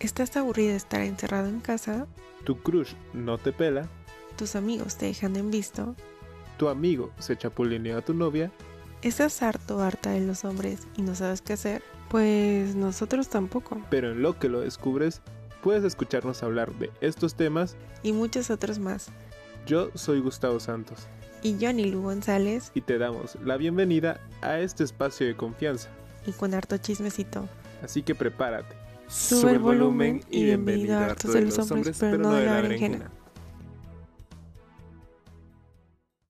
estás aburrida de estar encerrado en casa, tu crush no te pela, tus amigos te dejan en visto, tu amigo se chapulineó a tu novia, estás harto o harta de los hombres y no sabes qué hacer, pues nosotros tampoco. pero en lo que lo descubres, puedes escucharnos hablar de estos temas. Y muchos otros más. Yo soy Gustavo Santos Y Johnny Lu González y te damos la bienvenida a este espacio de confianza. y con harto chismecito. Así que prepárate. Sube el volumen y bienvenido a Hartos de los Hombres, pero no de la berenjena.